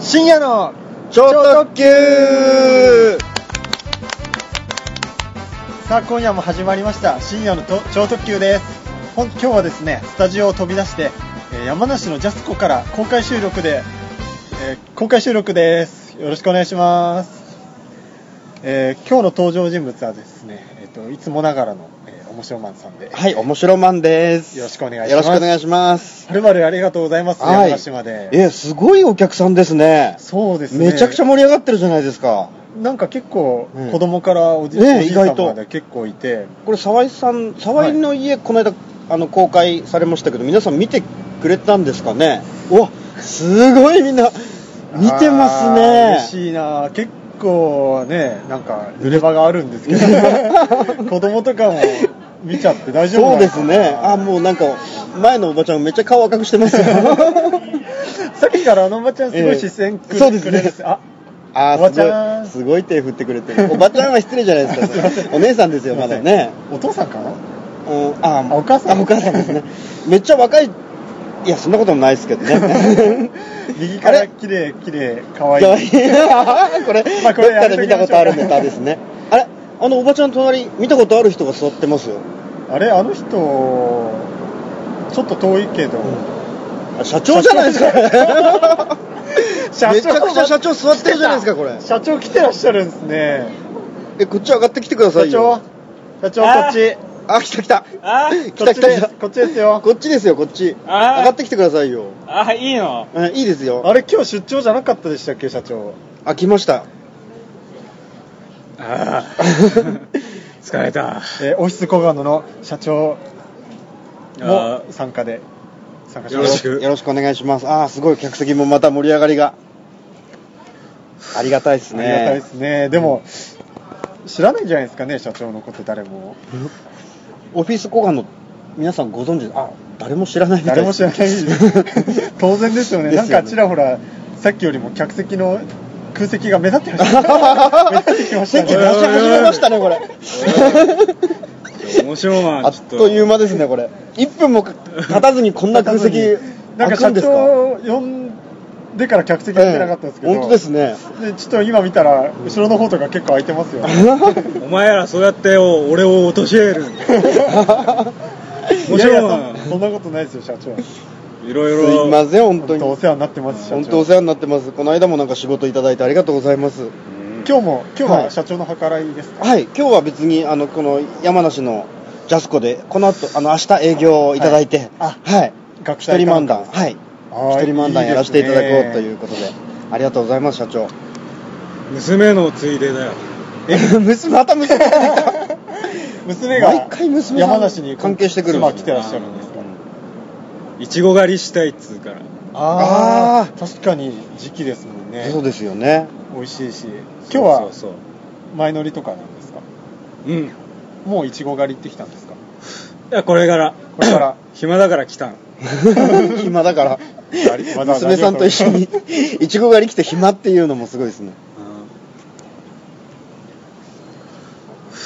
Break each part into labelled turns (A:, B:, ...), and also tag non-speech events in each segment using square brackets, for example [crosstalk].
A: 深夜の超特急さあ今夜も始まりました深夜のと超特急ですほん今日はですねスタジオを飛び出して、えー山梨のジャスコから公開収録で、えー公開収録ですよろしくお願いします、えー今日の登場人物はですね、えー、といつもながらの、えー、面白マンさんで
B: はい、面白マンです。
A: よろしくお願いします
B: よろしくお願いします。
A: はるばるありがとうございます、
B: はい
A: 山梨まで
B: え、すごいお客さんですね。
A: そうですね
B: めちゃくちゃ盛り上がってるじゃないですか。
A: なんか結構
B: うん
A: 子供からおじ,、
B: ね
A: おじい
B: 意
A: さん
B: 外と
A: まで結構いて
B: これ沢井さん、沢井の家、この間、あの、公開されましたけど、皆さん見てくれたんですかねうわ、すごいみんな、見てます
A: あー
B: ね
A: 嬉。しいな結構ねなんか濡れ場があるんですけど
B: [laughs]
A: 子供とかも見ちゃって大丈夫な
B: そう
A: のかな
B: ですね。あ、もうなんか、前のおばちゃんめっちゃ顔赤くしてますよ。
A: [laughs] さっきからあのおばちゃんすごい視線くれ,、
B: ええそうですね
A: るあ
B: あ
A: おばちゃん
B: ーすごい、すごい手振ってくれ
A: [laughs]
B: てる。おばちゃんは失礼じゃないですかそ
A: すいません [laughs]
B: れ。お姉さんですよ、まだね。
A: お父さんか
B: [laughs]
A: な
B: うんあ
A: あお母さん
B: あお母さんですね。めっちゃ若い。いや、そんなこともないですけどね。
A: [laughs] 右か
B: あ
A: ら
B: れ
A: 綺麗綺麗可
B: [laughs]
A: 愛
B: かわ
A: い
B: い
A: い
B: い [laughs] これ、
A: まあこれ
B: どっかで見たことあるネタですね。あれあのおばちゃん隣、見たことある人が座ってますよ。
A: あれあの人ちょっと遠いけど、 [laughs]
B: あ社長じゃないですか。
A: 社長
B: [laughs] めちゃくちゃ社長座ってるじゃないですか、これ。
A: 社長来てらっしゃるんですね
B: え、こっち上がってきてくださ
A: 社
B: い
A: 長
B: よ。
A: 社長こっち
B: 長。あ、来た来た。
C: あ
B: 来
A: こったち
B: 来
A: で
B: た
A: す
B: 来
A: こっちです
B: た。
A: よ
B: こっちですよ、こっち。上
C: あー
B: がってきてくださいよ。
C: あ、いいの
B: うんいいですよ。
A: あれ今日出張じゃなかったでしたっけ社長
B: あ、来ました。
A: ああ
B: [laughs]
C: 疲れた。
A: えーオフィス小川の社長も参加で参加し
C: よ
A: ま
C: ろ
A: す
C: しく
B: よろしくお願いします。ああ、すごい客席もまた盛り上がりが。ありがたいです
A: ありがたいで
B: ね。
A: すねでも知らないんじゃないですかね社長のこと誰も
B: オフィス小賀の皆さんご存知、あ、誰も知らないみたい
A: 誰も知らない
B: [laughs]
A: [laughs] 当然ですよね
B: です
A: なんか
B: よね
A: ちらほらさっきよりも客席の空席が目立ってま
B: [laughs]
A: した目立ってきました
B: 席
A: ね
B: 出し [laughs] 始めましたね、これ。
C: 面白いマン
B: あっという間ですね、これ。1分も経たずにこんな空席
A: なん
B: 開
A: か
B: く
A: 社
B: んですか
A: 長呼んでから客席来てなかったんですけど、
B: ええ本当ですね。
A: でちょっと今見たら後ろの方とか結構空いて
B: [laughs]
A: ますよ、ね、
C: お前らそうやってよ俺を陥れる。面
A: いやい
C: 白い
A: や
C: マ
A: そんそんなことないですよ社長
C: ン。いろい
B: すい
C: ろ。
B: ません、本当
A: 本
B: に
A: 当。お世話になってます社長
B: 本当お世話になってます。この間もなんか仕事いただいてありがとうございます。
A: 今日も今日
B: は
A: はい社長の計らいですか、
B: はい、今日は別にあのこの山梨のジャスコで、この後あの明日営業をいただいて、
A: あ
B: はい、
A: 学
B: 一
A: 習
B: 人漫談、はい、
A: あー
B: 一人漫談やらせていただこうということで、
A: いいです
B: ありがとうございます、社
A: [laughs]
B: 長。 [laughs]
C: 娘のついでだよ。
B: え、娘、また娘。
A: 娘が
B: 毎回娘さん
A: 山梨に
B: 関係してくるんです
A: 妻
B: ね
A: 来てらっしゃるんですか
C: いちご狩りしたいっつうから。
A: ああ
B: あー
A: 確かに時期ですもんね
B: そうですよね。 [laughs]
A: 美味しいし今日は
C: そうそう
A: 前乗りとかなんですか
C: そう。うん。い
A: もういちご狩り行ってきたんですか
C: や、これから。
A: これから
C: 暇だから来たん。
B: 暇だから
A: ありわざわざ
B: [laughs] 娘さんと一緒にいちご狩り来て暇っていうのもすごいですね。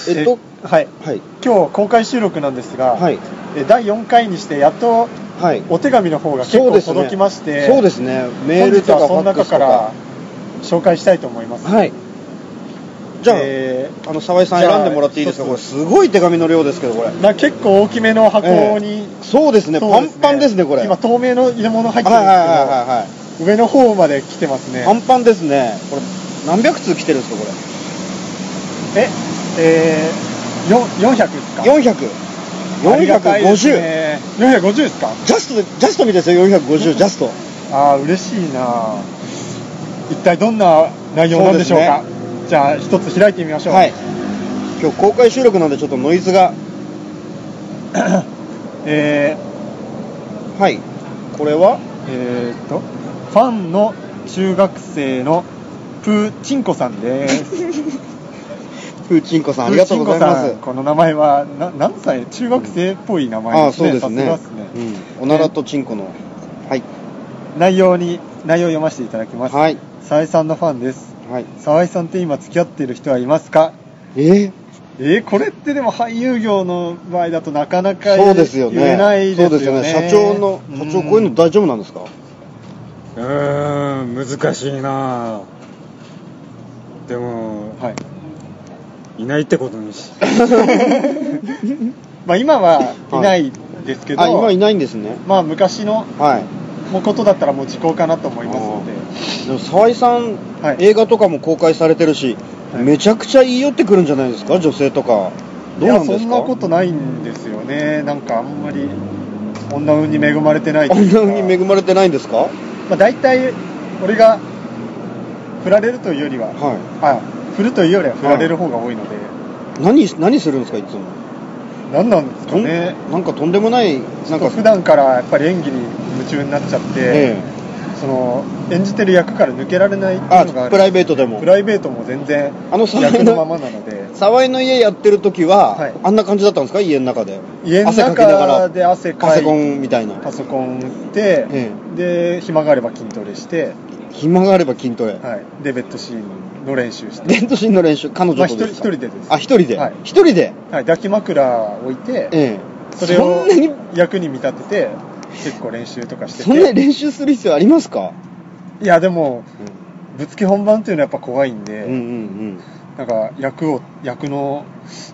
B: えっと、
A: はい
B: はい、
A: 今日公開収録なんですが、
B: はい
A: え第4回にしてやっと
B: はい。
A: お手紙の方が結
B: そう
A: 構
B: ですね
A: 届きまして
B: そうですね。メールとか
A: 本日はその
B: ファック
A: 中
B: スと
A: か。
B: から
A: 紹介したいと思います、
B: はい。じゃあ、
A: え
B: あの沢井さん
A: じゃあ
B: 選んでもらっていいですか、
A: 一つ
B: これ、すごい手紙の量ですけど、これ、
A: ーな結構大きめの箱に、
B: そうですね、
A: そ
B: パ
A: う
B: ンパンですね、これ、
A: 今透明の入れ物入ってる
B: はい
A: ん
B: はいはい
A: で
B: は
A: すけど上の方まで来てますね
B: い、パンパンですね、これ、何百通来てるんですか、こ
A: ええー、よ400ですか
B: れ、400、
A: ありがたいです
B: 450、
A: ね450ですか
B: ジャストで、ジャストみたいですよ、450、ジャスト、
A: ああ嬉しいな一体どんな内容なんでしょうか
B: そう
A: じゃあ一つ開いてみましょう
B: はい、今日公開収録なんで、ちょっとノイズが、
A: [coughs] え
B: はい、これは、
A: ー、えーっとファンの中学生のプーチンコさんです
B: プーチンコさん、ありがとうござい [laughs] ま
A: うちん
B: す
A: こさん。この名前はな何歳中学生っぽい名前
B: あ
A: で
B: あ
A: す
B: そう
A: ね
B: ですね
A: さすがですね、
B: うん、おならとチンコの、はい、
A: 内容に内容を読ませていただきます
B: はい、
A: 沢井さんのファンです
B: はい、
A: 沢井さんって今付き合ってる人はいますか
B: え
A: えー、これってでも俳優業の場合だとなかなか
B: そうですよね。
A: 言えないですよね
B: そうですよね。社長の、社長こういうの大丈夫なんですか
C: うーん、難しいなあでも、
B: [laughs]
A: はい
C: い、ないってことにし
A: まあ今はいないですけど、
B: あ今いないんですね
A: まあ昔の
B: はい
A: もうことだったらもう時効かなと思いますので
B: でも沢井さん、
A: はい
B: 映画とかも公開されてるし、
A: はい
B: めちゃくちゃ言い寄ってくるんじゃないですか女性とかどうなんですか
A: いやそんなことないんですよねなんかあんまり女運に恵まれてないというか
B: 女に恵まれてないんですか
A: まあ、大体俺が振られるというよりは、
B: は
A: あ振るというよりは振られる方が多いので、
B: い何何するんですかいつも
A: 何なんですか
B: とん
A: ね
B: なんかとんでもない
A: ちょ
B: な
A: っ
B: ん
A: と
B: か
A: 普段からやっぱり演技に夢中になっちゃって、
B: え
A: その演じてる役から抜けられないってい
B: あ
A: うのがある
B: プライベートでも
A: プライベートも全然
B: あのそんな
A: 役のままなので
B: 沢井の家やってる時は、
A: はい
B: あんな感じだったんですか家の中で
A: 家の
B: 汗かきながら
A: 中で汗か
B: パ
A: い
B: ソコンみたいな
A: パソコン打って、
B: え
A: で暇があれば筋トレして、
B: 暇があれば筋トレ、
A: はい、でベッドシーンの練習して
B: デントシーンの練習彼女とですか、
A: まあ一人一人でです
B: あ一人で一、
A: はい
B: 人で
A: はい、抱き枕置いて、
B: ええ
A: それ
B: そ
A: を
B: んなに
A: 役に見立てて結構練習とかして
B: そんなに
A: て
B: 練習する必要ありますか、
A: いやでもぶっつけ本番っていうのはやっぱ怖いんで、
B: うん、うんうん
A: なんか役を役の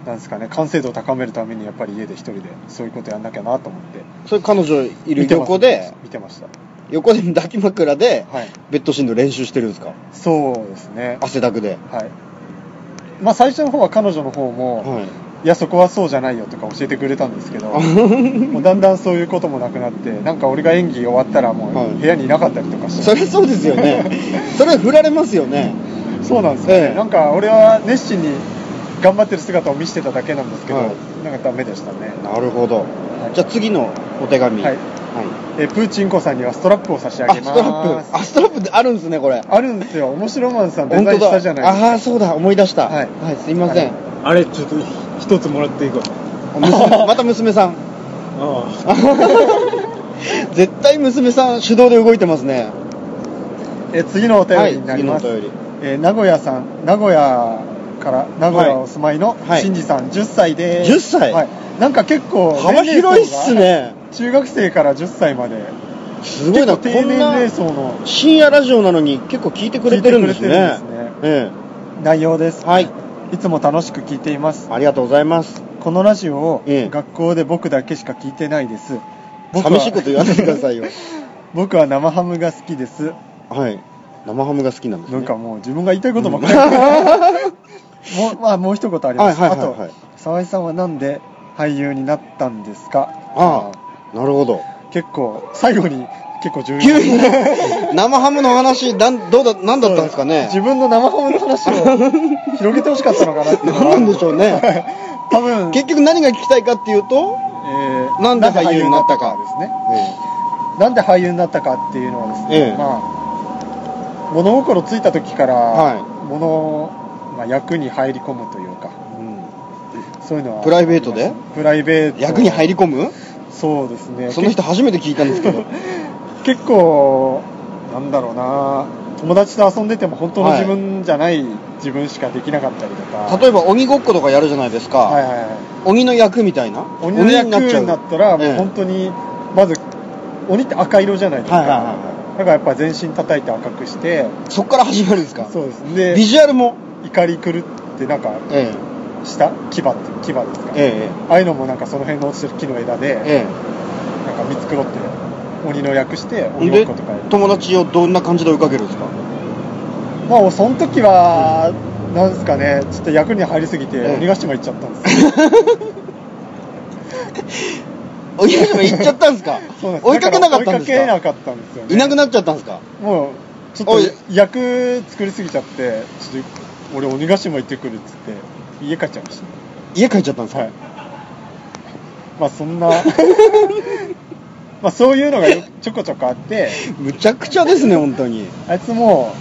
A: なんですかね完成度を高めるためにやっぱり家で一人でそういうことやんなきゃなと思って
B: それ彼女いる
A: 見てます
B: 横で
A: 見てました
B: 横で抱き枕で、
A: はい
B: ベッドシーンの練習してるんですか
A: そうですね
B: 汗だくで、
A: はいまあ最初の方は彼女の方も、い、
B: はい、
A: やそこはそうじゃないよとか教えてくれたんですけど [laughs] もうだんだんそういうこともなくなってなんか俺が演技終わったらも
B: はいう
A: 部屋にいなかったりとかして、
B: そりゃそうですよ [laughs] ねそれは振られますよね
A: そうなんですよね、
B: ええ
A: なんか俺は熱心に頑張ってる姿を見せてただけなんですけど、
B: はい
A: なんかダメでしたね、
B: なるほどじゃあ次のお手紙
A: はいえプーチンコさんにはストラップを差し上
B: あ
A: げ
B: ス
A: ます
B: トラップあストラップってあるんですねこれ
A: あるんですよ面白マンさんデ
B: 本
A: ザイ
B: 当
A: ンし
B: だ
A: たじゃないですか
B: ああーそうだ思い出した
A: は
B: はいい、すいません、
A: は
C: あれちょっと一つもらっていいか
B: [laughs] 娘また娘さん
C: あ
B: 絶対娘さん手動で動いてますね
A: え次のお便りになります、
B: はい次のお
A: えー名古屋さん名古屋から名古屋お住まいの
B: はい
A: 新次さん10歳です
B: 10歳
A: はい、なんか結構
B: [laughs] 幅広いっす
A: 年齢
B: ね
A: 層が中学生から10歳まです
B: ごいな
A: 結構低
B: こん
A: 年
B: な
A: 齢層の
B: 深夜ラジオなのに結構聞いてくれてるんですね
A: 聞いてくれてるん
B: え
A: 内容です、
B: えはい
A: いつも楽しく聞いています
B: ありがとうございます
A: このラジオを
B: ええ
A: 学校で僕だけしか聞いてないです。僕は
B: 寂しいこと言わないでくださいよ
A: [laughs] 僕は生ハムが好きです。
B: はい生ハムが好きなんです、ね、
A: なんかもう自分が言いたいことばっかり。 [laughs] もう、まあもう一言あります。
B: はい
A: あ
B: はいはいはい
A: と、沢井さんはなんで俳優になったんですか
B: ああなるほど [laughs]
A: あ結構、最後に結構重要
B: 急に生ハムの話なんどうだなんだったんですかね
A: [laughs] 自分の生ハムの話を広げてほしかったのかなっていうのは
B: [laughs] なんでしょうね
A: はい [laughs] 多分、
B: 結局何が聞きたいかっていうと、
A: えー
B: なんで俳優になったか
A: なんで俳優になったですね。なんで俳優になったかっていうのはですね、
B: ええ
A: まあ、物心ついた時から、
B: はい
A: 物を、まあ、役に入り込むというか、そういうのは。
B: プライベートで
A: プライベート。
B: 役に入
A: り
B: り込む
A: そうですね。
B: その人初めて聞いたんですけど
A: [laughs] 結構、なんだろうな、友達と遊んでても本当の
B: はい
A: 自分じゃない自分しかできなかったりとか。
B: 例えば鬼ごっことかやるじゃないですか、
A: はいはいはい。
B: 鬼の役みたいな
A: 鬼の役になったら、もう本
B: 当
A: 当に、まず、鬼って赤色じゃないですか。
B: はいはいはいは
A: だからやっぱ全身叩いて赤くして、
B: そこから始まるんですか
A: そうですね。
B: ビジュアルも
A: 怒り狂ってなんか
B: え
A: 下牙って牙ですか、
B: ええ
A: ああいうのもなんかその辺の落ちてる木の枝で、
B: ええ
A: なんか見繕って鬼の役して
B: え
A: 鬼ごっ
B: で
A: ことかやる
B: 友達をどんな感じで追いかけるんですか
A: まあその時は、なんですかねちょっと役に入りすぎて、
B: ええ
A: 鬼ヶ島行っちゃったん
B: [laughs]
A: ですよ
B: [laughs] 鬼ヶ島行っちゃったんですか
A: そうなんです
B: 追いかけなかったんですか
A: 追いかけなかったんですよね
B: いなくなっちゃったんですか
A: もうちょ
B: お
A: っ
B: い
A: と役作りすぎちゃってちょっと俺鬼ヶ島行ってくるっつって家帰っちゃいまし
B: 家帰っちゃったんです
A: た
B: か、
A: はいまあそん
B: [laughs]
A: なまあそういうのがよちょこちょこあって
B: むちゃくちゃですね本当に
A: あいつも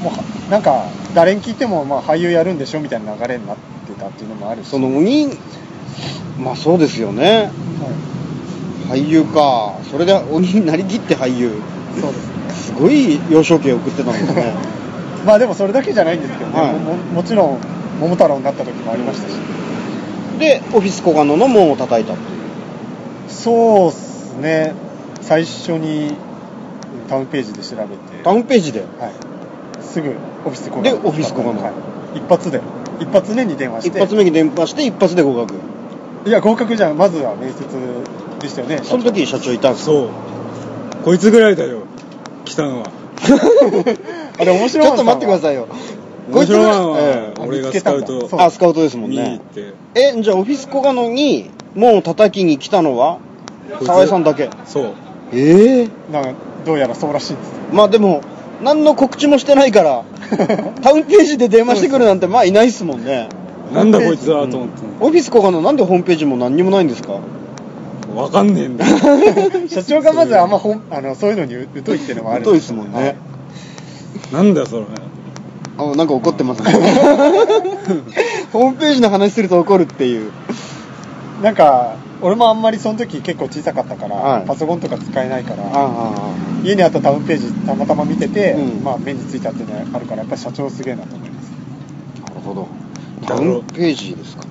A: う、もうなんか、誰に聞いても、まあ、俳優やるんでしょみたいな流れになってたっていうのもあるし、
B: その鬼まあそうですよね
A: は
B: 俳優かそれで鬼になりきって俳優
A: いそうですね、
B: すごい幼少期送ってたんです [laughs] ね
A: まあでもそれだけじゃないんですけどね、
B: はい
A: もももちろん、桃太郎になった時もありましたし、
B: でオフィス小金の門を叩いたっていう
A: そうっすね、最初に、タウンページで調べて
B: タウンページで
A: はい、すぐオフィス合格
B: でオフィス合格
A: はい、一発で一発目に電話し
B: 一
A: て
B: 発目に電波して一発で合格
A: いや合格じゃんまずは面接でしたよね
B: その時社長いたんですか
C: そうこいつぐらいだよ来たのは
B: [laughs]
A: あれ面白い
B: ちょっと待ってくださいよこ
C: 面
B: いつ
C: 白いの
B: が、
C: は、
B: え
A: え
C: 俺がスカウ
A: 見つけたんだそ
C: ト
A: う
B: えあスカウトですもん
C: 見に
B: ね
C: 行って
B: えじゃあオフィス小賀野にもう叩きに来たのは
C: こいつ
B: 沢井さんだけ
C: そう
B: ええ
A: なんかどうやらそうらしいんです
B: まあでも何の告知もしてない [laughs] からタウンページで電話してくるなんてまあいないっすもんね
C: なんだこいつだと思って
B: オフィス小賀野なんでホームページも何にもないんです [laughs] か
C: わかんねえんだ
A: 社長がまずあんまほんあのそういうのに疎いっていうのもある
B: 疎いですもんね
A: はい
C: なんだよそれ
B: あなんか怒ってますね [laughs] ホームページの話すると怒るっていう
A: なんか俺もあんまりその時結構小さかったから、
B: はい
A: パソコンとか使えないか
B: あ
A: ら
B: あ
A: 家にあったタウンページたまたま見てて、
B: うん
A: まあ、目についたっていうのはあるからやっぱり社長すげえなと思います
B: なるほどタ
C: タ
B: ウ
C: ウ
B: ン
C: ン
B: ページですか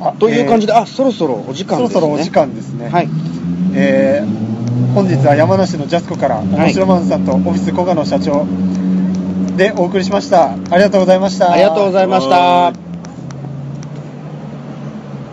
A: あ
B: という感じで、
A: えー
B: あそろそろお時間ですね
A: そろそろお時間ですね
B: はい
A: えー本日は山梨のジャスコから面白マンさんとオフィス古賀の社長でお送りしましたありがとうございました
B: ありがとうございました
C: はーい